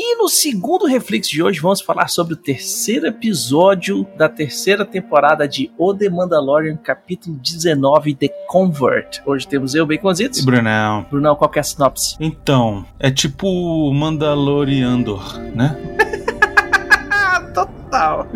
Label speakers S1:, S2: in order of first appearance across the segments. S1: E no segundo Reflex de hoje vamos falar sobre o terceiro episódio da terceira temporada de O The Mandalorian, capítulo 19, The Convert. Hoje temos eu, Baconzitos.
S2: E Brunão.
S1: Brunão, qual que é a sinopse?
S2: Então, é tipo Mandaloriandor, né?
S1: Total.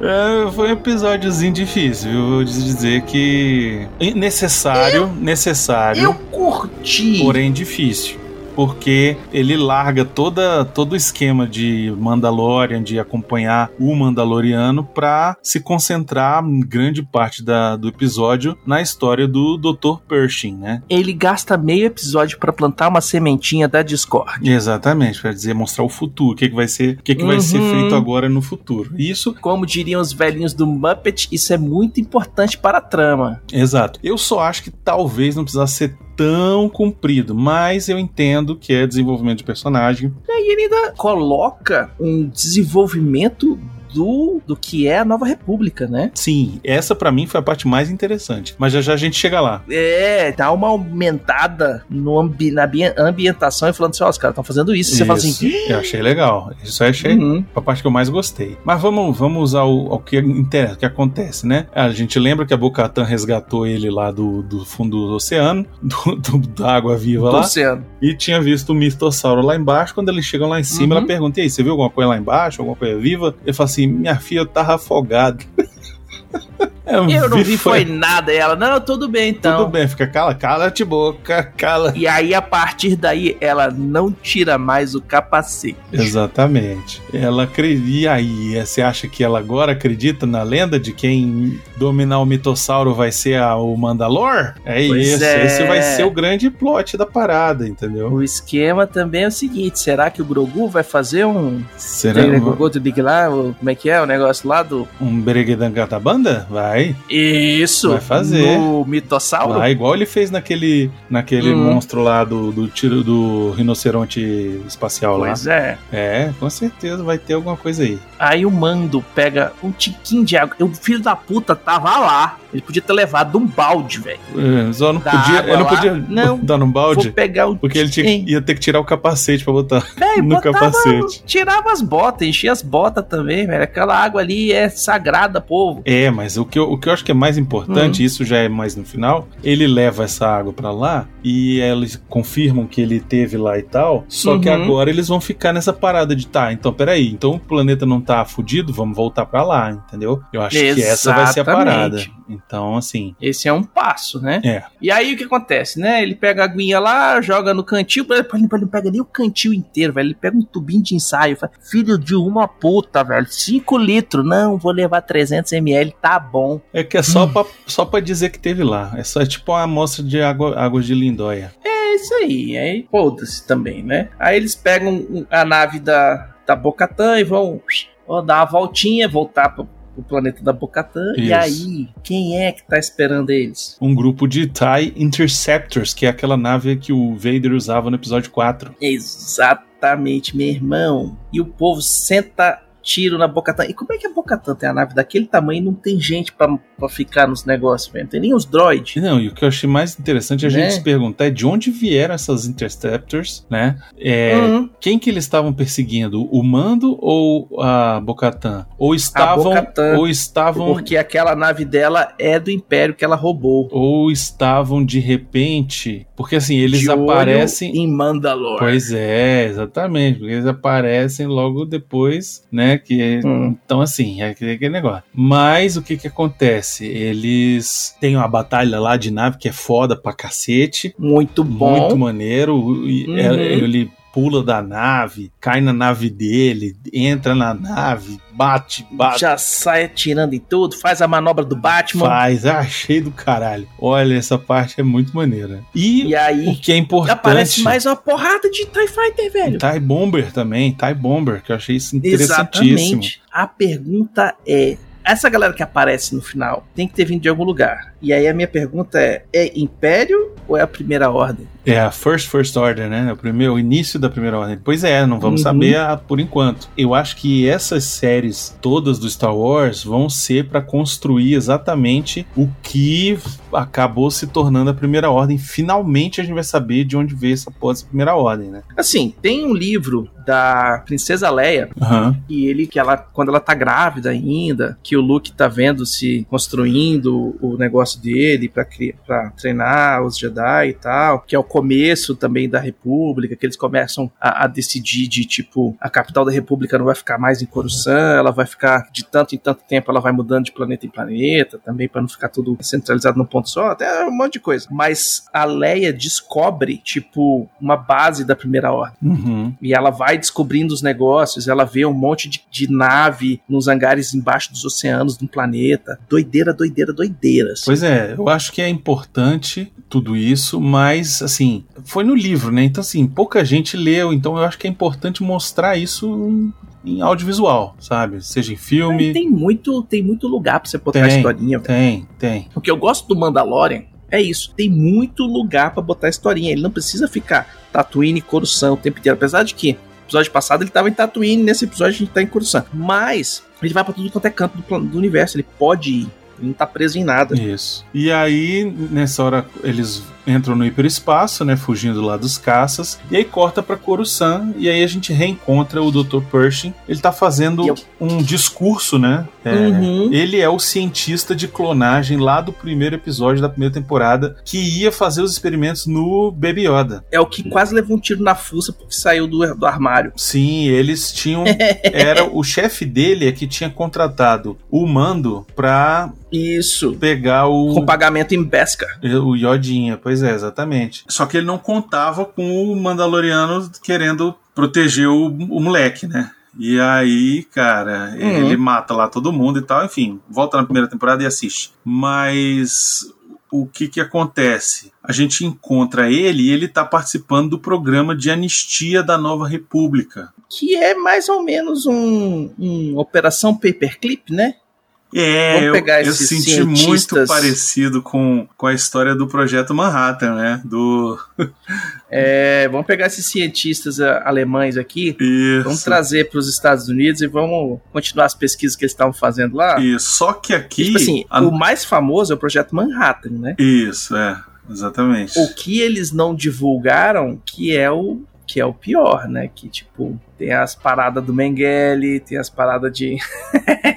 S2: É, foi um episódiozinho difícil, viu? Vou te dizer que. é Necessário, necessário,
S1: Eu curti.
S2: porém difícil. Porque ele larga toda, todo o esquema de Mandalorian, de acompanhar o Mandaloriano, pra se concentrar em grande parte da- do episódio na história do Dr. Pershing, né?
S1: Ele gasta meio episódio pra plantar uma sementinha da Discord.
S2: Exatamente, para dizer mostrar o futuro, o que, que vai ser, o que, que vai ser
S1: Uhum.
S2: feito agora no futuro. Isso,
S1: Como diriam os velhinhos do Muppet, isso é muito importante para a trama.
S2: exato. Eu só acho que talvez não precisasse ser tão comprido, mas eu entendo que é desenvolvimento de personagem.
S1: E aí ele ainda coloca um desenvolvimento do, do que é a Nova República, né?
S2: Sim, essa pra mim foi a parte mais interessante, mas já já a gente chega lá.
S1: É, dá uma aumentada no ambi na ambi- ambientação e falando assim, ó, os caras estão fazendo isso. E Você fala assim,
S2: eu achei legal. Isso eu achei
S1: uhum,
S2: a parte que eu mais gostei. Mas vamos, vamos ao, ao que interessa, que acontece, né? A gente lembra que a Bocatan resgatou ele lá do, do fundo do oceano, do, do- da água viva
S1: tô
S2: lá.
S1: sendo.
S2: e tinha visto o mistossauro lá embaixo. Quando eles chegam lá em cima,
S1: Uhum.
S2: ela pergunta: E aí, você viu alguma coisa lá embaixo? Alguma coisa viva? Ele fala assim: Minha filha eu tava afogado. É Eu,
S1: Eu não vi, foi nada. E ela, não, tudo bem então.
S2: Tudo bem, fica cala, cala te boca, cala.
S1: E aí, a partir daí, ela não tira mais o capacete.
S2: Exatamente. Ela acredita. E aí, você acha que ela agora acredita na lenda de quem dominar o mitossauro vai ser a- o Mandalor? É
S1: Pois
S2: isso.
S1: é.
S2: Esse vai ser o grande plot da parada, entendeu?
S1: O esquema também é o seguinte: será que o Grogu vai fazer um.
S2: Será Uhum.
S1: Tem o Grogu do Big lá? o- Como é que é? O negócio lá do.
S2: um Banda? Vai.
S1: Isso!
S2: Vai fazer.
S1: No Mitossauro?
S2: Ah, igual ele fez naquele, naquele
S1: Uhum.
S2: monstro lá do, do tiro do rinoceronte espacial lá.
S1: Pois é.
S2: É, com certeza vai ter alguma coisa aí.
S1: Aí o Mando pega um tiquinho de água. O filho da puta tava lá. Ele podia ter levado um balde, velho.
S2: É, Só não
S1: Da
S2: podia,
S1: água
S2: eu não
S1: lá?
S2: podia
S1: Não.
S2: botar no
S1: Vou
S2: balde,
S1: pegar um o
S2: porque ele tinha, que- ia ter que tirar o capacete pra botar.
S1: Véi,
S2: no
S1: botava-
S2: capacete.
S1: Tirava as botas, enchia as botas também, velho. Aquela água ali é sagrada, povo.
S2: É, mas o que eu, o que eu acho que é mais importante,
S1: Hum.
S2: isso já é mais no final, ele leva essa água pra lá e eles confirmam que ele teve lá e tal, só que
S1: Uhum.
S2: agora eles vão ficar nessa parada de, tá, então peraí, então o planeta não tá fudido, vamos voltar pra lá, entendeu? Eu acho que essa vai ser a parada.
S1: Exatamente.
S2: Então, assim,
S1: Esse é um passo, né?
S2: É.
S1: E aí o que acontece, né? Ele pega a aguinha lá, joga no cantil, ele ele não pega nem o cantil inteiro, velho. Ele pega um tubinho de ensaio, fala, filho de uma puta, velho. 5 litros, não, vou levar 300 ml, tá bom.
S2: é que é só,
S1: Hum.
S2: pra, só pra dizer que teve lá. É só é tipo uma amostra de água, águas de lindóia.
S1: É isso aí, aí foda-se também, né? Aí eles pegam um- a nave da, da Bocatã e vão ó, dar uma voltinha, voltar pro, pro planeta da Bocatã. E
S2: Isso.
S1: aí, quem é que tá esperando eles?
S2: Um grupo de TIE Interceptors, que é aquela nave que o Vader usava no episódio 4.
S1: Exatamente, meu irmão. E o povo senta tiro na Bocatã. E como é que a Bocatã tem a nave daquele tamanho e não tem gente pra pra ficar nos negócios, velho? Não tem nem os droids.
S2: Não, e o que eu achei mais interessante é a
S1: Né?
S2: gente se perguntar é de onde vieram essas Interceptors, né? É,
S1: Uhum.
S2: Quem que eles estavam perseguindo? O Mando ou a Bocatan? Ou
S1: A
S2: estavam.
S1: Bocatã.
S2: Ou estavam.
S1: Porque aquela nave dela é do Império que ela roubou.
S2: Ou estavam de repente. Porque assim, eles
S1: De olho
S2: aparecem.
S1: em Mandalor.
S2: Pois é, exatamente. Porque eles aparecem logo depois, né? Que
S1: Hum.
S2: Então, assim, é aquele aquele negócio. Mas o que que acontece? Eles têm uma batalha lá de nave que é foda pra cacete.
S1: Muito bom.
S2: Muito maneiro. e
S1: Uhum.
S2: é- Ele pula da nave, cai na nave dele, entra na nave, bate, bate.
S1: Já sai atirando em tudo, faz a manobra do Batman.
S2: Faz, ah, cheio do caralho. Olha, essa parte é muito maneira. E,
S1: E aí
S2: o que é importante.
S1: aparece mais uma porrada de TIE Fighter, velho.
S2: TIE Bomber também, TIE Bomber, que eu achei isso interessantíssimo.
S1: A pergunta é: essa galera que aparece no final tem que ter vindo de algum lugar. E aí a minha pergunta é: é Império ou é a Primeira Ordem?
S2: É a First First Order, né? O, primeiro, o início da primeira ordem. Pois é, não vamos
S1: Uhum.
S2: saber a- por enquanto. Eu acho que essas séries todas do Star Wars vão ser para construir exatamente o que acabou se tornando a primeira ordem. Finalmente a gente vai saber de onde veio essa porra dessa primeira ordem, né?
S1: Assim, tem um livro da Princesa Leia
S2: Aham.
S1: e ele que ela quando ela tá grávida ainda, que o Luke tá vendo se construindo o negócio dele pra cri- pra treinar os Jedi e tal, que é o começo também da República, que eles começam a, a decidir de tipo a capital da República não vai ficar mais em Coruscant, ela vai ficar de tanto em tanto tempo ela vai mudando de planeta em planeta também pra não ficar tudo centralizado num ponto só, até um monte de coisa. Mas a Leia descobre tipo uma base da Primeira Ordem.
S2: Uhum.
S1: E ela vai descobrindo os negócios, ela vê um monte de, de nave nos hangares embaixo dos oceanos de um planeta. Doideira, doideira, assim. doideiras.
S2: Pois é, eu acho que é importante tudo isso, mas assim, foi no livro, né? Então, assim, pouca gente leu, então eu acho que é importante mostrar isso em, em audiovisual, sabe? Seja em filme.
S1: Tem muito, tem muito lugar pra você botar
S2: Tem.
S1: historinha. velho.
S2: Tem, tem.
S1: O que eu gosto do Mandalorian é isso. Tem muito lugar pra botar historinha. Ele não precisa ficar Tatooine e Coruscant o tempo inteiro. Apesar de que no episódio passado ele tava em Tatooine, nesse episódio a gente tá em Coruscant. Mas ele vai pra tudo quanto é canto do, plan- do universo. Ele pode ir. Ele não tá preso em nada.
S2: Isso. E aí, nessa hora, eles entram no hiperespaço, né? Fugindo lá dos caças. E aí corta pra Coruscant. E aí a gente reencontra o Dr. Pershing. Ele tá fazendo
S1: E eu-
S2: um discurso, né? É,
S1: Uhum.
S2: Ele é o cientista de clonagem lá do primeiro episódio da primeira temporada que ia fazer os experimentos no Baby Yoda.
S1: É o que quase levou um tiro na fuça porque saiu do, do armário.
S2: Sim, eles tinham. Era o chefe dele é que tinha contratado o Mando pra
S1: Isso.
S2: pegar o.
S1: Com pagamento em Besca.
S2: O Yodinha, pois é, exatamente. Só que ele não contava com o Mandaloriano querendo proteger o, o moleque, né? E aí, cara,
S1: Uhum.
S2: ele mata lá todo mundo e tal. Enfim, volta na primeira temporada e assiste. Mas o que que acontece? A gente encontra ele e ele tá participando do programa de anistia da Nova República.
S1: Que é mais ou menos um, um Operação Paperclip, né?
S2: É,
S1: Vamos
S2: eu,
S1: pegar
S2: eu
S1: esses
S2: senti muito
S1: cientistas.
S2: parecido com, com a história do Projeto Manhattan, né? Do...
S1: É, vamos pegar esses cientistas ah, alemães aqui,
S2: Isso.
S1: vamos trazer para os Estados Unidos e vamos continuar as pesquisas que eles estavam fazendo lá.
S2: Isso, só que aqui.
S1: Ah. tipo assim,
S2: a-
S1: o mais famoso é o Projeto Manhattan, né?
S2: Isso, é, exatamente.
S1: O que eles não divulgaram, que é o que é o pior, né? Que tipo tem as paradas do Mengele, tem as paradas de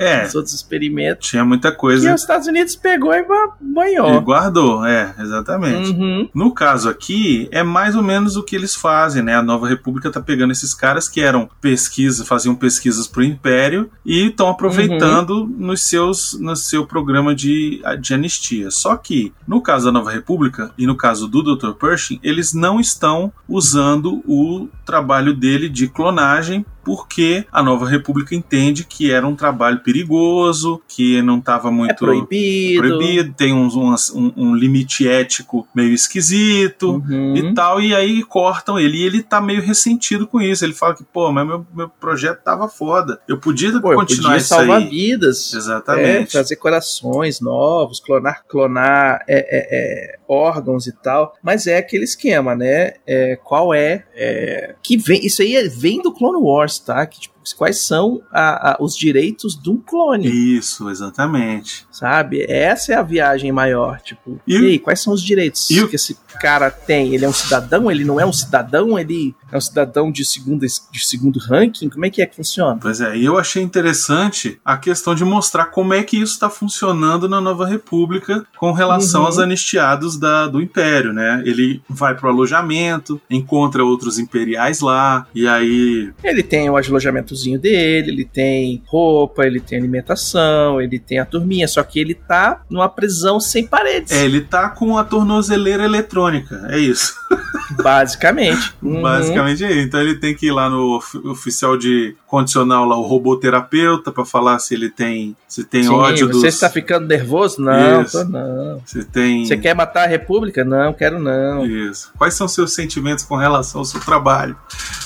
S2: É.
S1: os outros experimentos.
S2: Tinha muita
S1: E
S2: coisa
S1: os Estados Unidos pegou e ba-
S2: e
S1: banhou.
S2: guardou, é, exatamente.
S1: Uhum.
S2: No caso aqui, é mais ou menos o que eles fazem, né? A Nova República tá pegando esses caras que eram pesquisa, faziam pesquisas pro Império e estão aproveitando nos seus, no seu programa de, de anistia. Só que, no caso da Nova República e no caso do Dr. Pershing, eles não estão usando o trabalho dele de clonagem porque a Nova República entende que era um trabalho perigoso, que não estava muito
S1: É proibido.
S2: proibido, tem uns- umas- um, um limite ético meio esquisito
S1: Uhum.
S2: e tá, tal, e aí cortam ele. E ele tá meio ressentido com isso. Ele fala que, pô, mas meu, meu projeto tava foda. Eu podia
S1: Pô, eu
S2: continuar
S1: podia
S2: isso
S1: salvar
S2: aí.
S1: vidas. É,
S2: Exatamente.
S1: fazer corações novos, clonar, clonar é, é, é, órgãos e tal. Mas é aquele esquema, né? É, qual é, é, que vem? Isso aí é- vem do Clone Wars, tá? Que, tipo, quais são a- a- os direitos do clone?
S2: Isso, exatamente.
S1: Sabe? Essa é a viagem maior. Tipo,
S2: E-
S1: e, aí, quais são os direitos
S2: e-
S1: que esse cara tem? Ele é um cidadão? Ele não é um cidadão? Ele é um cidadão de, segunda, de segundo ranking? Como é que é que funciona?
S2: Pois é, e eu achei interessante a questão de mostrar como é que isso está funcionando na Nova República com relação
S1: Uhum.
S2: aos anistiados da- do Império, né? Ele vai pro alojamento, encontra outros imperiais lá, e aí
S1: Ele tem o alojamentozinho dele, ele tem roupa, ele tem alimentação, ele tem a turminha, só que ele tá numa prisão sem paredes,
S2: é, ele tá com a tornozeleira eletrônica, é isso.
S1: basicamente. Uhum.
S2: Basicamente é isso. Então ele tem que ir lá no of- oficial de condicional lá, o roboterapeuta, pra falar se ele tem. Se tem
S1: Sim,
S2: ódio dos.
S1: você está ficando nervoso? Não,
S2: Isso.
S1: tô não.
S2: Se tem.
S1: Você quer um- matar a república? Não, quero não.
S2: Isso. Quais são seus sentimentos com relação ao seu trabalho?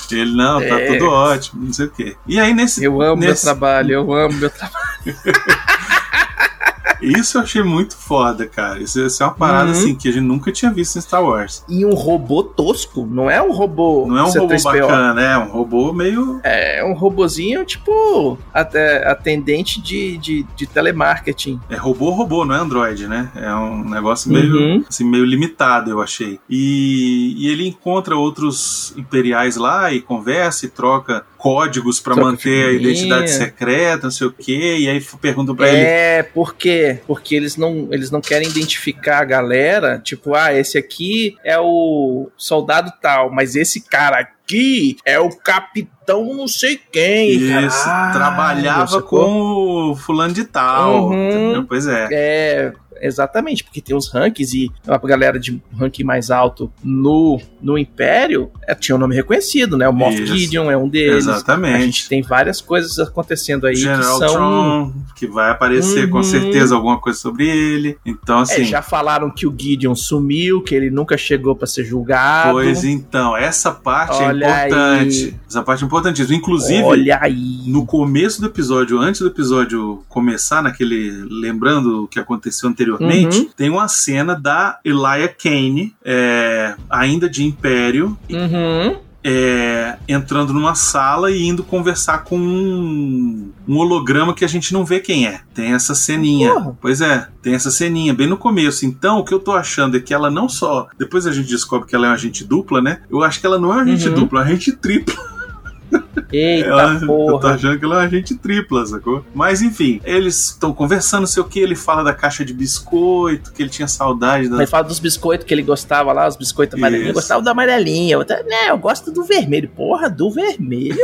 S2: Ele, não, tá
S1: É.
S2: tudo ótimo, não sei o quê. E aí, nesse.
S1: Eu amo meu
S2: nesse-
S1: trabalho, eu amo meu trabalho.
S2: Isso eu achei muito foda, cara. Isso, isso é uma parada
S1: Uhum.
S2: assim que a gente nunca tinha visto em Star Wars.
S1: E um robô tosco, não é um robô.
S2: Não é um robô
S1: C3PO.
S2: bacana, né? É um robô meio.
S1: É um robozinho, tipo, até atendente de, de, de telemarketing.
S2: É robô robô, não é Android, né? É um negócio meio,
S1: Uhum.
S2: assim, meio limitado, eu achei. E, e ele encontra outros imperiais lá e conversa e troca códigos pra
S1: Troca
S2: manter a
S1: figurinha.
S2: identidade secreta, não sei o quê. E aí f- perguntam pra ele.
S1: É, por quê? Porque eles não, eles não querem identificar a galera. Tipo, ah, esse aqui é o soldado tal, mas esse cara aqui é o capitão não sei quem.
S2: Isso,
S1: Caralho,
S2: trabalhava
S1: sacou?
S2: com o fulano de tal.
S1: Uhum.
S2: entendeu? Pois é.
S1: É, exatamente, porque tem os rankings e a galera de ranking mais alto no, no Império é, tinha o nome reconhecido, né? O Moff
S2: Isso.
S1: Gideon é um deles. A
S2: Exatamente.
S1: gente tem várias coisas acontecendo aí
S2: General
S1: que são.
S2: Tron, que vai aparecer
S1: Uhum.
S2: com certeza alguma coisa sobre ele. Então,
S1: É,
S2: assim,
S1: já falaram que o Gideon sumiu, que ele nunca chegou pra ser julgado.
S2: pois então, essa parte
S1: Olha
S2: é importante. Essa parte é importantíssima. Inclusive,
S1: Olha aí.
S2: no começo do episódio, antes do episódio começar, naquele. Lembrando o que aconteceu anteriormente,
S1: Uhum.
S2: tem uma cena da Elia Kane, é, ainda de Império,
S1: Uhum.
S2: é, entrando numa sala e indo conversar com um, um holograma que a gente não vê quem é. Tem essa ceninha.
S1: Porra.
S2: Pois é, tem essa ceninha bem no começo. Então, o que eu tô achando é que ela não só. Depois a gente descobre que ela é uma agente dupla, né? Eu acho que ela não é uma agente
S1: Uhum.
S2: dupla, é uma agente tripla.
S1: Eita
S2: Ela- eu
S1: Tá
S2: tô
S1: porra.
S2: achando que ela é uma agente tripla, sacou? Mas enfim, eles estão conversando, não sei o que. Ele fala da caixa de biscoito, que ele tinha saudade da
S1: Ele fala dos biscoitos que ele gostava lá, os biscoitos
S2: Isso.
S1: amarelinhos. Eu gostava da amarelinha. Eu, né, eu gosto do vermelho. Porra, do vermelho.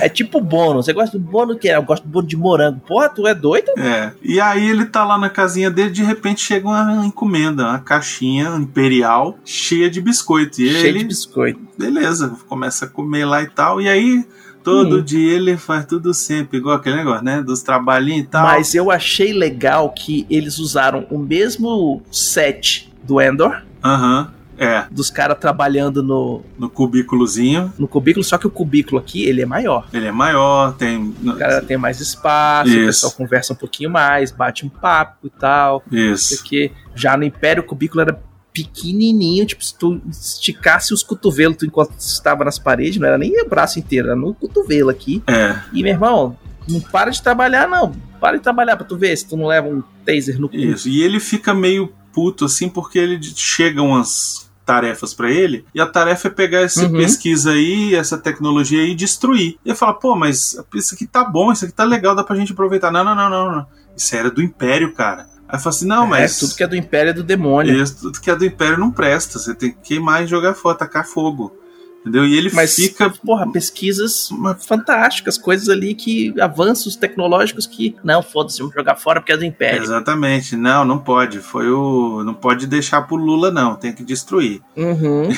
S1: é tipo bônus. Você gosta do bônus que é? Eu gosto do bônus de morango. Porra, tu é doido?
S2: É. E aí ele tá lá na casinha dele, de repente chega uma encomenda, uma caixinha imperial cheia de biscoito. E
S1: Cheio
S2: ele,
S1: de biscoito.
S2: beleza, começa a comer lá e tal. E aí
S1: Hum.
S2: todo dia ele faz tudo sempre, igual aquele negócio, né? Dos trabalhinhos e tal.
S1: Mas eu achei legal que eles usaram o mesmo set do Endor,
S2: Aham. É,
S1: dos caras trabalhando no,
S2: no cubículozinho.
S1: no cubículo, só que o cubículo aqui, ele é maior.
S2: Ele é maior, tem.
S1: O cara tem mais espaço,
S2: Isso.
S1: o pessoal conversa um pouquinho mais, bate um papo e tal.
S2: Isso.
S1: Porque já no Império o cubículo era pequenininho, tipo, se tu esticasse os cotovelos tu enquanto estava nas paredes, não era nem o braço inteiro, era no cotovelo aqui.
S2: É.
S1: E, meu irmão, não para de trabalhar, não. Para de trabalhar pra tu ver se tu não leva um taser no cu.
S2: Isso. E ele fica meio puto assim porque ele de- chega umas tarefas pra ele e a tarefa é pegar essa
S1: Uhum.
S2: pesquisa aí, essa tecnologia aí e destruir. E ele fala: "Pô, mas isso aqui tá bom, isso aqui tá legal, dá pra gente aproveitar". Não, não, não, não, não. Isso era do império, cara. Aí fala assim: "Não, mas
S1: É, tudo que é do Império é do demônio.
S2: isso, tudo que é do império não presta, você tem que queimar e jogar fora, tacar fogo". Entendeu? E ele
S1: Mas, é
S2: fica
S1: porra, pesquisas
S2: Mas-
S1: fantásticas, coisas ali que. avanços tecnológicos que. Não, foda-se, vamos jogar fora porque é do Império.
S2: Exatamente. Não, não pode. Foi o não pode deixar pro Lula não, tem que destruir.
S1: Uhum.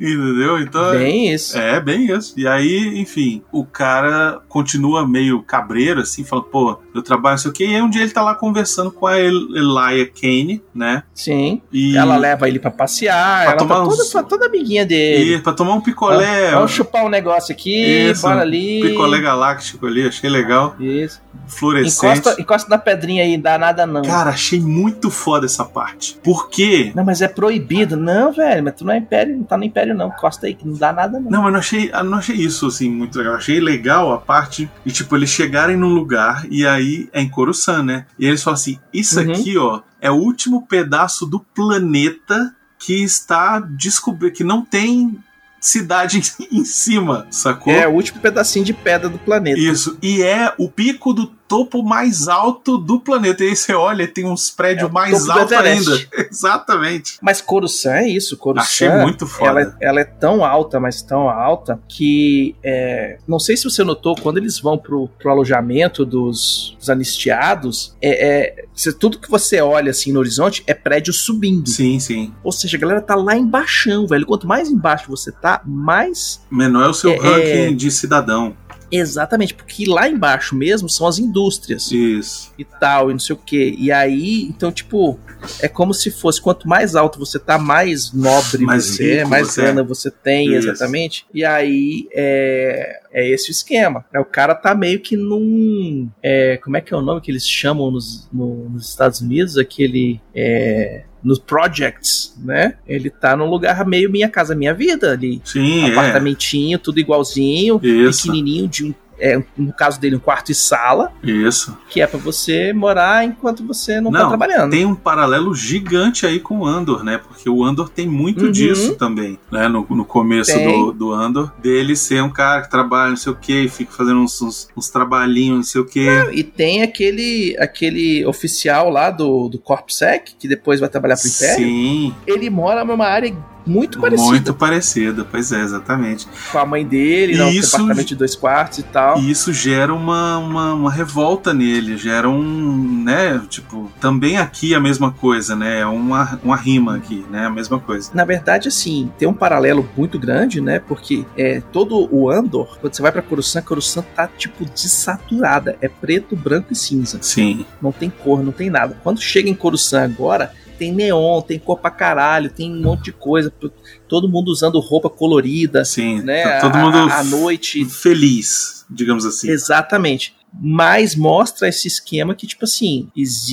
S2: Entendeu? Então
S1: Bem isso.
S2: É, bem isso. E aí, enfim, o cara continua meio cabreiro, assim, falando, pô, eu trabalho isso aqui. E aí um dia ele tá lá conversando com a El- Elia Kane, né?
S1: Sim.
S2: E,
S1: Ela leva ele pra passear,
S2: Pra
S1: ela
S2: tomar
S1: tá toda,
S2: uns-
S1: tá toda amiguinha dele.
S2: e pra tomar um picolé,
S1: Vamos chupar um negócio aqui,
S2: Isso,
S1: bora
S2: um
S1: ali.
S2: picolé galáctico ali, achei legal.
S1: Isso.
S2: Fluorescente.
S1: Encosta, encosta na pedrinha aí, dá nada não.
S2: Cara, achei muito foda essa parte. Porque.
S1: Não, mas é proibido. Não, velho, mas tu não é império, não tá no império não. Encosta aí que não dá nada não.
S2: Não, mas eu não achei, eu não achei isso assim muito legal. Eu achei legal a parte de tipo eles chegarem num lugar e aí é em Coruscant, né? E eles falam assim: isso
S1: Uhum.
S2: aqui, ó, é o último pedaço do planeta que está descobrindo que não tem cidade em cima, sacou?
S1: É o último pedacinho de pedra do planeta.
S2: Isso, e é o pico do topo mais alto do planeta. E aí você olha, tem uns prédios mais
S1: É topo do
S2: altos ainda.
S1: Everest.
S2: Exatamente.
S1: Mas Coruscant é isso, Coruscant.
S2: Achei muito foda.
S1: Ela, ela é tão alta, mas tão alta, que é, não sei se você notou, quando eles vão pro, pro alojamento dos, dos anistiados, é, é, se- tudo que você olha assim no horizonte é prédio subindo.
S2: Sim, sim.
S1: Ou seja, a galera tá lá embaixo, velho. Quanto mais embaixo você tá, mais
S2: Menor é o seu
S1: É,
S2: ranking de cidadão.
S1: Exatamente, porque lá embaixo mesmo são as indústrias
S2: Isso.
S1: e tal, e não sei o que. E aí, então, tipo, é como se fosse, quanto mais alto você tá, mais nobre
S2: Mais
S1: você é,
S2: rico
S1: mais
S2: você
S1: grana você tem,
S2: Isso.
S1: exatamente. E aí é, é esse o esquema. né? O cara tá meio que num. é, como é que é o nome que eles chamam nos, no- nos Estados Unidos? Aquele. é, nos projects, né? Ele tá num lugar meio minha casa, minha vida ali.
S2: Sim, é.
S1: Apartamentinho, tudo igualzinho,
S2: Isso,
S1: pequenininho, de um, é, no caso dele, um quarto e sala
S2: isso.
S1: que é pra você morar enquanto você não, tá
S2: Não,
S1: trabalhando.
S2: Tem um paralelo gigante aí com o Andor, né? Porque o Andor tem muito
S1: Uhum.
S2: disso também, né? No, no começo
S1: Tem.
S2: do, do Andor, dele ser um cara que trabalha, não sei o que, fica fazendo uns, uns, uns trabalhinhos, não sei o que.
S1: E tem aquele aquele oficial lá do, do Corpsec, que depois vai trabalhar pro Império.
S2: Sim,
S1: Ele mora numa área muito parecida
S2: muito parecida, pois é, exatamente.
S1: com a mãe dele, num
S2: Isso-
S1: apartamento de dois quartos e tal.
S2: E isso gera uma, uma, uma revolta nele, gera um, né, tipo, também aqui a mesma coisa, né, é uma, uma rima aqui, né, a mesma coisa.
S1: Na verdade, assim, tem um paralelo muito grande, né? Porque é todo o Andor, quando você vai pra Coruscant, Coruscant tá, tipo, desaturada. É preto, branco e cinza.
S2: Sim,
S1: não tem cor, não tem nada. Quando chega em Coruscant agora, tem neon, tem cor pra caralho, tem um monte de coisa, p- todo mundo usando roupa colorida,
S2: sim,
S1: né?
S2: tá
S1: a-
S2: todo
S1: a-
S2: mundo
S1: à noite.
S2: feliz, digamos assim.
S1: Exatamente. Mas mostra esse esquema que, tipo assim,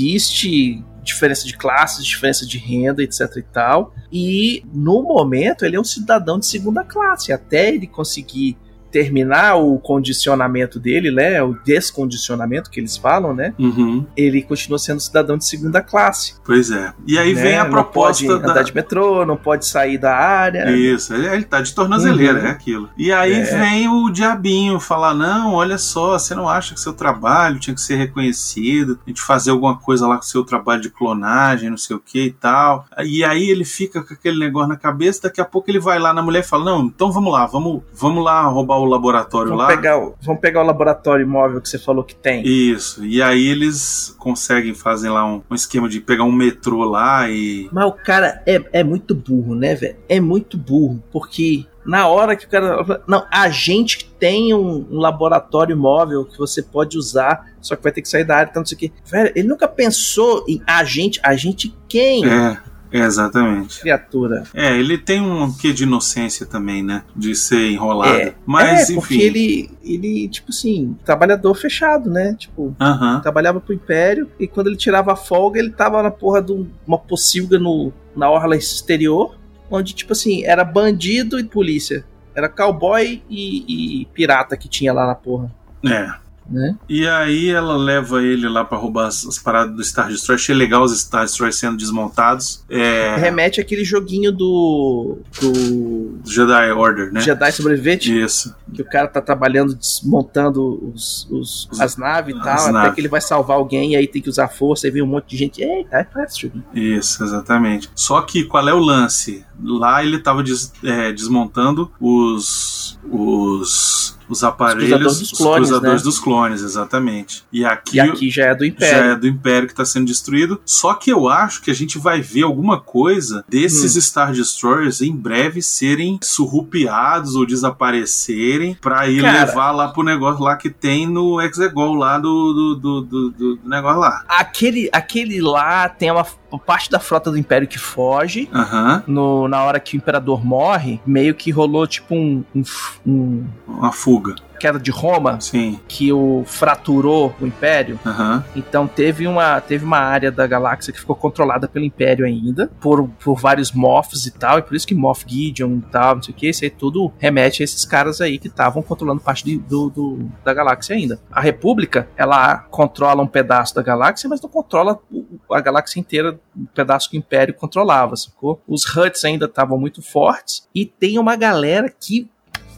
S1: existe diferença de classes, diferença de renda, etc e tal. E no momento ele é um cidadão de segunda classe, até ele conseguir terminar o condicionamento dele, né, o descondicionamento que eles falam, né?
S2: Uhum,
S1: ele continua sendo cidadão de segunda classe.
S2: pois é. E aí
S1: né?
S2: vem a
S1: Não
S2: proposta
S1: pode andar
S2: da...
S1: de metrô, não pode sair da área.
S2: Isso, ele ele tá de tornozeleira,
S1: Uhum.
S2: é aquilo. E aí
S1: É.
S2: vem o diabinho falar: não, olha só, você não acha que seu trabalho tinha que ser reconhecido, a gente fazer alguma coisa lá com seu trabalho de clonagem, não sei o que e tal. E aí ele fica com aquele negócio na cabeça, daqui a pouco ele vai lá na mulher e fala: não, então vamos lá, vamos, vamos lá roubar o laboratório
S1: Vamos
S2: lá.
S1: pegar, o, vamos pegar o laboratório imóvel que você falou que tem.
S2: Isso, e aí eles conseguem fazer lá um, um esquema de pegar um metrô lá e.
S1: Mas o cara é, é muito burro, né, velho? É muito burro, porque na hora que o cara. Não, a gente tem um, um laboratório móvel que você pode usar, só que vai ter que sair da área, então não sei o quê. Velho, ele nunca pensou em a gente. A gente quem?
S2: É, é, exatamente.
S1: Criatura.
S2: É, ele tem um quê de inocência também, né? De ser enrolado.
S1: É,
S2: Mas,
S1: é, porque
S2: enfim.
S1: ele, ele, tipo assim, trabalhador fechado, né? Tipo,
S2: Aham.
S1: trabalhava pro Império e quando ele tirava a folga, ele tava na porra de um- uma pocilga no, na orla exterior, onde, tipo assim, era bandido e polícia. Era cowboy e, e pirata que tinha lá na porra,
S2: É.
S1: né?
S2: E aí ela leva ele lá pra roubar as, as paradas do Star Destroyer. Achei legal os Star Destroyers sendo desmontados. É.
S1: Remete àquele joguinho do, do
S2: Jedi Order, né?
S1: Jedi Sobrevivente,
S2: Isso.
S1: que o cara tá trabalhando, desmontando os, os-
S2: Os-
S1: as naves e
S2: as
S1: tal, até
S2: naves.
S1: que ele vai salvar alguém e aí tem que usar força, aí vem um monte de gente, eita, é fácil.
S2: Isso, exatamente. Só que qual é o lance? Lá ele tava des- é, desmontando os. os. os aparelhos.
S1: cruzadores dos clones,
S2: os cruzadores
S1: né?
S2: dos clones, exatamente. E aqui.
S1: E aqui já é do
S2: já
S1: Império.
S2: é do Império que está sendo destruído. Só que eu acho que a gente vai ver alguma coisa desses
S1: Hum.
S2: Star Destroyers em breve serem surrupiados ou desaparecerem para ir
S1: Cara.
S2: levar lá pro negócio lá que tem no Exegol lá do, do, do, do- do negócio lá.
S1: Aquele, aquele lá tem uma f- parte da frota do Império que foge.
S2: Aham.
S1: No, na hora que o Imperador morre, meio que rolou tipo um, um, f- um
S2: Uma fuga.
S1: queda de Roma
S2: Sim.
S1: que o fraturou o Império.
S2: Aham.
S1: Então teve uma, teve uma área da galáxia que ficou controlada pelo Império ainda, por, por vários Moffs e tal, e por isso que Moff Gideon e tal, não sei o que, isso aí tudo remete a esses caras aí que estavam controlando parte de- do, do- da galáxia ainda. A República, ela controla um pedaço da galáxia, mas não controla o- a galáxia inteira, o pedaço que o Império controlava, sacou? Os Huts ainda estavam muito fortes, e tem uma galera que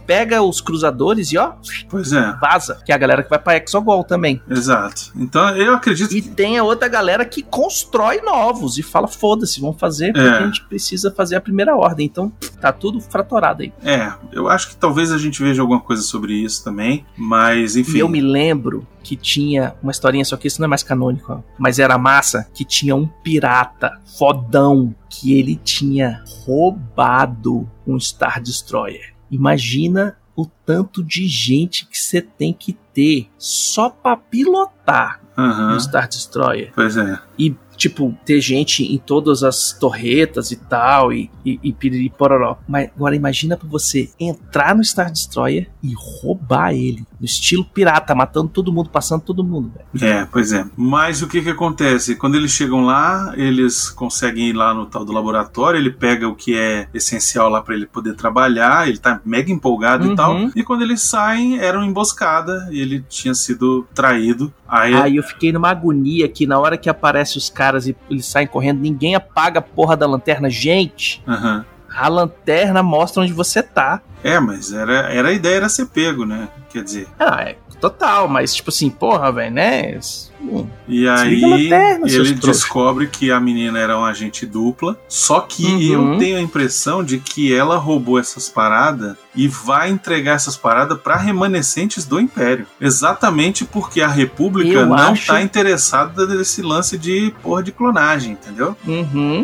S1: pega os cruzadores e ó,
S2: Pois é.
S1: vaza, que é a galera que vai pra Exogol também.
S2: Exato. Então eu acredito
S1: E
S2: que.
S1: tem a outra galera que constrói novos e fala: foda-se, vamos fazer porque
S2: É.
S1: a gente precisa fazer a primeira ordem. Então tá tudo fraturado aí.
S2: É, eu acho que talvez a gente veja alguma coisa sobre isso também. Mas, enfim.
S1: E eu me lembro que tinha uma historinha, só que isso não é mais canônico, ó, mas era massa, que tinha um pirata fodão que ele tinha roubado um Star Destroyer. Imagina o tanto de gente que você tem que ter só pra pilotar
S2: Aham.
S1: no Star Destroyer
S2: Pois é.
S1: e tipo ter gente em todas as torretas e tal e, e, e piriri pororó. Mas agora imagina pra você entrar no Star Destroyer e roubar ele, no estilo pirata, matando todo mundo, passando todo mundo, velho.
S2: É, pois é. Mas o que que acontece? Quando eles chegam lá, eles conseguem ir lá no tal do laboratório, ele pega o que é essencial lá pra ele poder trabalhar, ele tá mega empolgado
S1: Uhum.
S2: e tal. E quando eles saem, era uma emboscada, e ele tinha sido traído. Aí,
S1: Aí eu fiquei numa agonia que na hora que aparece os caras e eles saem correndo, ninguém apaga a porra da lanterna. Gente,
S2: Aham.
S1: a lanterna mostra onde você tá.
S2: É, mas era, era a ideia era ser pego, né? Quer dizer,
S1: Ah, é total, mas tipo assim, porra, velho, né? Hum.
S2: E aí
S1: Desliga a lanterna, seus
S2: ele
S1: trouxa.
S2: descobre que a menina era um agente dupla. Só que
S1: Uhum.
S2: eu tenho a impressão de que ela roubou essas paradas e vai entregar essas paradas para remanescentes do Império. Exatamente porque a República
S1: Eu
S2: não
S1: acho-
S2: tá interessada nesse lance de porra de clonagem, entendeu?
S1: Uhum.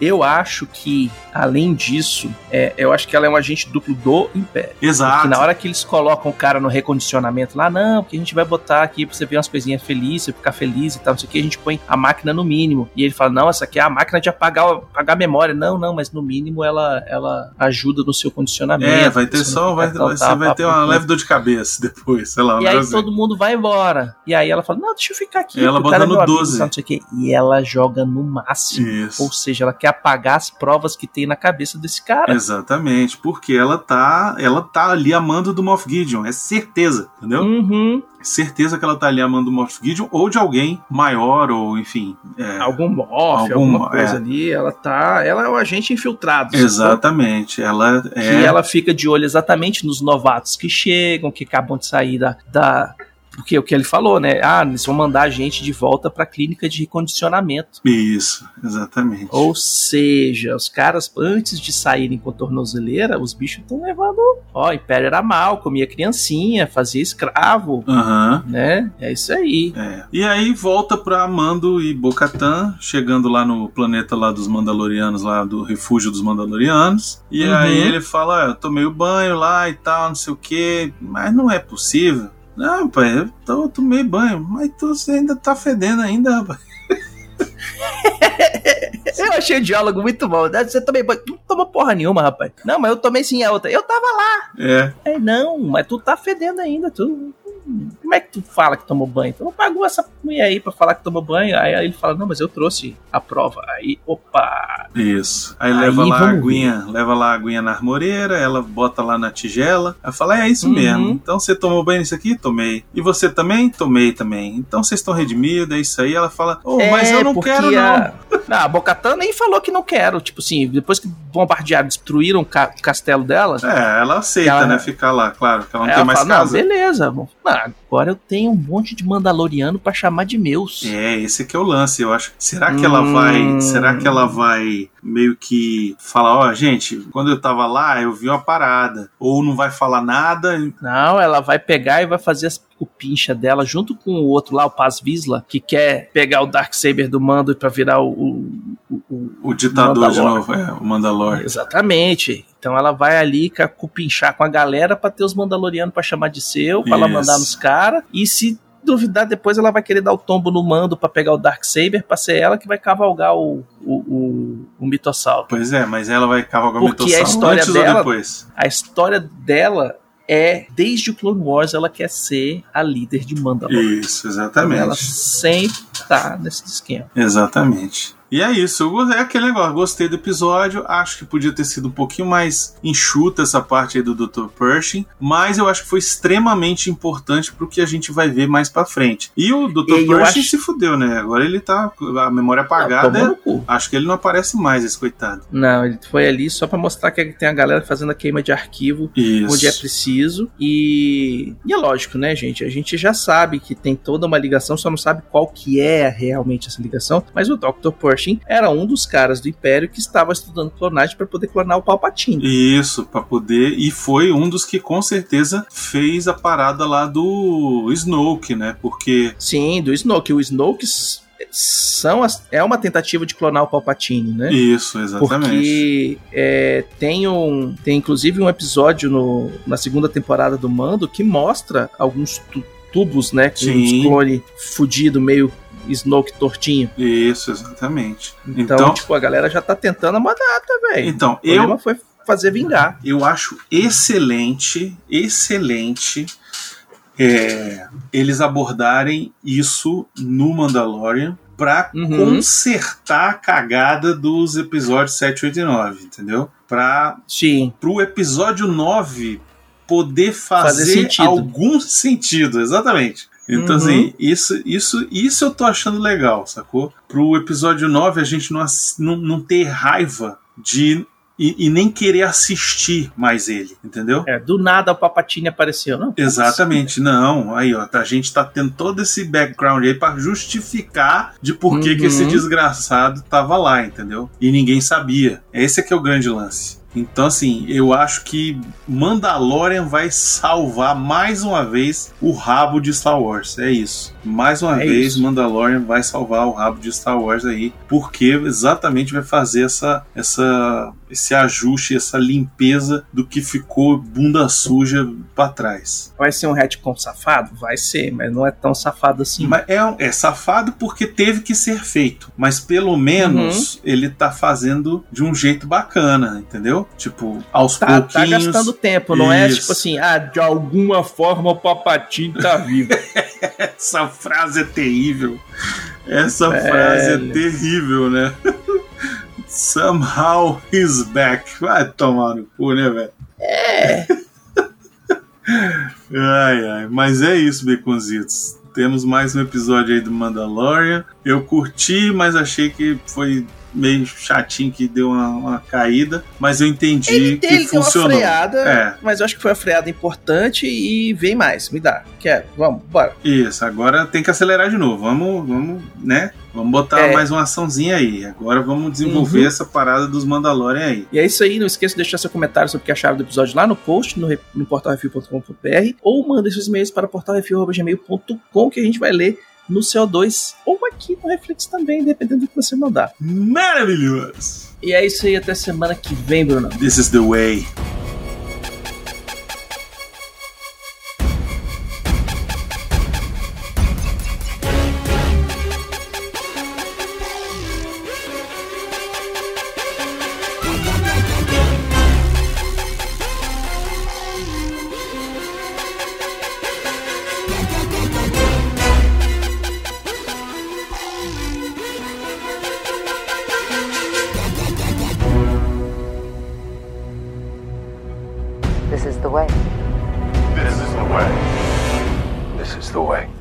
S1: Eu acho que, além disso, é, eu acho que ela é um agente duplo do Império.
S2: Exato.
S1: Que na hora que eles colocam o cara no recondicionamento lá, não, porque a gente vai botar aqui pra você ver umas coisinhas felizes, você ficar feliz e tal, não sei o que, a gente põe a máquina no mínimo. E ele fala, não, essa aqui é a máquina de apagar, o- apagar a memória. Não, não, mas no mínimo ela, ela ajuda no seu condicionamento.
S2: É, vai ter
S1: Isso
S2: só.
S1: não
S2: Vai,
S1: tal,
S2: você
S1: tal,
S2: vai
S1: tal,
S2: ter
S1: tal,
S2: uma
S1: tal.
S2: leve dor de cabeça depois, sei lá. um
S1: E aí
S2: negócio
S1: todo mundo vai embora. E aí ela fala, não, deixa eu ficar aqui.
S2: Ela
S1: que o cara é
S2: bota no
S1: meu amigo,
S2: 12.
S1: tal, não sei o quê. E ela joga no máximo.
S2: assim. Isso.
S1: Ou seja, ela quer apagar as provas que tem na cabeça desse cara.
S2: Exatamente, porque ela tá, ela tá ali amando do Moff Gideon, é certeza, entendeu?
S1: Uhum.
S2: Certeza que ela tá ali amando do Moff Gideon ou de alguém maior ou enfim. é,
S1: Algum morph,
S2: Algum-
S1: alguma coisa
S2: é.
S1: ali. Ela tá. Ela é o agente infiltrado. sacou?
S2: exatamente, ela
S1: Que
S2: é
S1: ela fica de olho exatamente nos novatos que chegam, que acabam de sair da. da- porque o que ele falou, né? Ah, eles vão mandar a gente de volta pra clínica de recondicionamento.
S2: isso, exatamente.
S1: Ou seja, os caras, antes de saírem com a tornozeleira, os bichos estão levando. Ó, o Império era mal, comia criancinha, fazia escravo,
S2: Aham.
S1: né? É isso aí.
S2: é. E aí volta pra Mando e Bocatan, chegando lá no planeta lá dos Mandalorianos, lá do refúgio dos Mandalorianos. E
S1: Uhum.
S2: aí ele fala, "Ah, eu tomei o banho lá e tal, não sei o que, mas não é possível. Não, pai, eu to- eu tomei banho, mas tu você ainda tá fedendo ainda, rapaz.
S1: Eu achei o diálogo muito bom. Né? Você também não tomou porra nenhuma, rapaz. Não, mas eu tomei sim a outra. Eu tava lá.
S2: É,
S1: É, não, mas tu tá fedendo ainda. Tu... Como é que tu fala que tomou banho? Tu não pagou essa mulher aí pra falar que tomou banho. Aí ele fala, não, mas eu trouxe a prova. Aí, opa.
S2: isso. Aí,
S1: Aí
S2: leva lá a
S1: vamos
S2: aguinha, leva lá a aguinha na armoreira, ela bota lá na tigela. Ela fala: é isso
S1: Uhum.
S2: mesmo. Então você tomou banho nisso aqui? Tomei. E você também? Tomei também. Então vocês estão redimidos, é isso aí. Ela fala: oh, mas eu
S1: É,
S2: não
S1: porque
S2: quero, não.
S1: a... não. A Bocatã nem falou que não quero. Tipo assim, depois que bombardearam, destruíram o ca- o castelo dela,
S2: É, ela aceita,
S1: Ela-
S2: né? Ficar lá, claro, que ela não
S1: ela
S2: tem mais
S1: fala, não,
S2: casa.
S1: beleza. bom, não, agora eu tenho um monte de mandaloriano pra chamar de meus.
S2: É, esse que é o lance, eu acho. Será que ela
S1: Hum.
S2: vai. Será que ela vai meio que falar, ó, gente, quando eu tava lá, eu vi uma parada. Ou não vai falar nada,
S1: Não, ela vai pegar e vai fazer as cupincha dela junto com o outro lá, o Paz Visla, que quer pegar o Darksaber do Mando pra virar o. o- o- o-
S2: o ditador de
S1: Mandalor.
S2: novo, é, o Mandalor.
S1: Exatamente. Então ela vai ali ca- cupinchar com a galera pra ter os Mandalorianos pra chamar de seu, pra ela
S2: Isso.
S1: mandar nos caras. E se duvidar, depois ela vai querer dar o tombo no Mando pra pegar o Darksaber, pra ser ela que vai cavalgar o, o, o, o Mitossauro.
S2: Pois é, mas ela vai cavalgar
S1: Porque é
S2: mitossauro
S1: a história
S2: antes ou
S1: dela-
S2: depois.
S1: A história dela é, desde o Clone Wars, ela quer ser a líder de Mandalor.
S2: Isso,
S1: Tá Então Ela
S2: exatamente.
S1: sempre tá nesse esquema.
S2: Exatamente. E é isso, eu go- é aquele negócio, gostei do episódio, acho que podia ter sido um pouquinho mais enxuta essa parte aí do Dr. Pershing, mas eu acho que foi extremamente importante pro que a gente vai ver mais pra frente. E o
S1: E
S2: Dr.
S1: eu
S2: Pershing
S1: acho- Ah,
S2: se fudeu, né? Agora ele tá com a memória apagada, né?
S1: Tomou no cu.
S2: acho que ele não aparece mais, esse coitado.
S1: Não, ele foi ali só pra mostrar que tem a galera fazendo a queima de arquivo
S2: Isso.
S1: onde é preciso. E, e é lógico, né, gente? A gente já sabe que tem toda uma ligação, só não sabe qual que é realmente essa ligação. Mas o Dr. Pershing era um dos caras do Império que estava estudando clonagem pra poder clonar o Palpatine.
S2: Isso, pra poder. E foi um dos que com certeza fez a parada lá do Snoke, né? Porque
S1: Sim, do Snoke. O Snoke s- são as- é uma tentativa de clonar o Palpatine, né?
S2: Isso, exatamente.
S1: Porque é, tem um. Tem inclusive um episódio no, na segunda temporada do Mando que mostra alguns tu- tubos, né? Com
S2: Sim.
S1: uns clone fudido, meio Snoke tortinho.
S2: Isso, exatamente.
S1: Então,
S2: Então,
S1: tipo, a galera já tá tentando a data, velho.
S2: então
S1: o
S2: eu,
S1: problema foi fazer vingar.
S2: eu acho excelente, excelente é, eles abordarem isso no Mandalorian pra
S1: Uhum.
S2: consertar a cagada dos episódios 7, 8 e 9, entendeu? Pra
S1: Sim.
S2: pro episódio 9 poder fazer,
S1: Fazer sentido.
S2: algum sentido, exatamente. Então,
S1: Uhum.
S2: assim, isso, isso, isso eu tô achando legal, sacou? Pro episódio 9 a gente não, ass- não, não ter raiva de. E, e nem querer assistir mais ele, entendeu?
S1: É, do nada o Palpatine apareceu. Não,
S2: Exatamente, não. Aí, ó, tá- a gente tá tendo todo esse background aí pra justificar de por que que esse
S1: Uhum.
S2: desgraçado tava lá, entendeu? E ninguém sabia. Esse é que é o grande lance. Então, assim, eu acho que Mandalorian vai salvar mais uma vez o rabo de Star Wars. É isso. Mais uma
S1: É
S2: vez,
S1: isso.
S2: Mandalorian vai salvar o rabo de Star Wars aí, porque exatamente vai fazer essa, essa, esse ajuste, essa limpeza do que ficou bunda suja pra trás.
S1: Vai ser um retcon safado? Vai ser, mas não é tão safado assim.
S2: Mas é, é safado porque teve que ser feito. Mas pelo menos
S1: Uhum.
S2: ele tá fazendo de um jeito bacana, entendeu? Tipo, aos
S1: Tá, tá
S2: pouquinhos.
S1: gastando tempo, não é
S2: Isso.
S1: tipo assim, ah, de alguma forma o Palpatine tá vivo.
S2: Essa frase é terrível. Essa
S1: Velho.
S2: frase é terrível, né? Somehow he's back. Vai tomar no cu, né, velho? É. ai, ai. Mas é isso, Baconzitos. Temos mais um episódio aí do Mandalorian. Eu curti, mas achei que foi meio chatinho que deu uma, uma caída. Mas eu entendi
S1: Ele,
S2: que
S1: ele deu uma
S2: funcionou.
S1: freada,
S2: É.
S1: mas eu acho que foi uma freada importante e vem mais, me dá. Quero, vamos, bora.
S2: Isso, agora tem que acelerar de novo. Vamos, vamos, né? Vamos botar
S1: É.
S2: mais uma açãozinha aí. Agora vamos desenvolver
S1: Uhum.
S2: essa parada dos Mandalorian aí.
S1: E é isso aí, não esqueça de deixar seu comentário sobre o que acharam do episódio lá no post, no, re- no portalrefil.com.br, ou manda seus e-mails para portalrefil.gmail.com que a gente vai ler no CO2, ou aqui no Reflex também, dependendo do que você mandar.
S2: Maravilhoso!
S1: E é isso aí, até semana que vem, Bruno.
S2: This is the way.
S3: This is the way.
S4: This is the way. This is the way.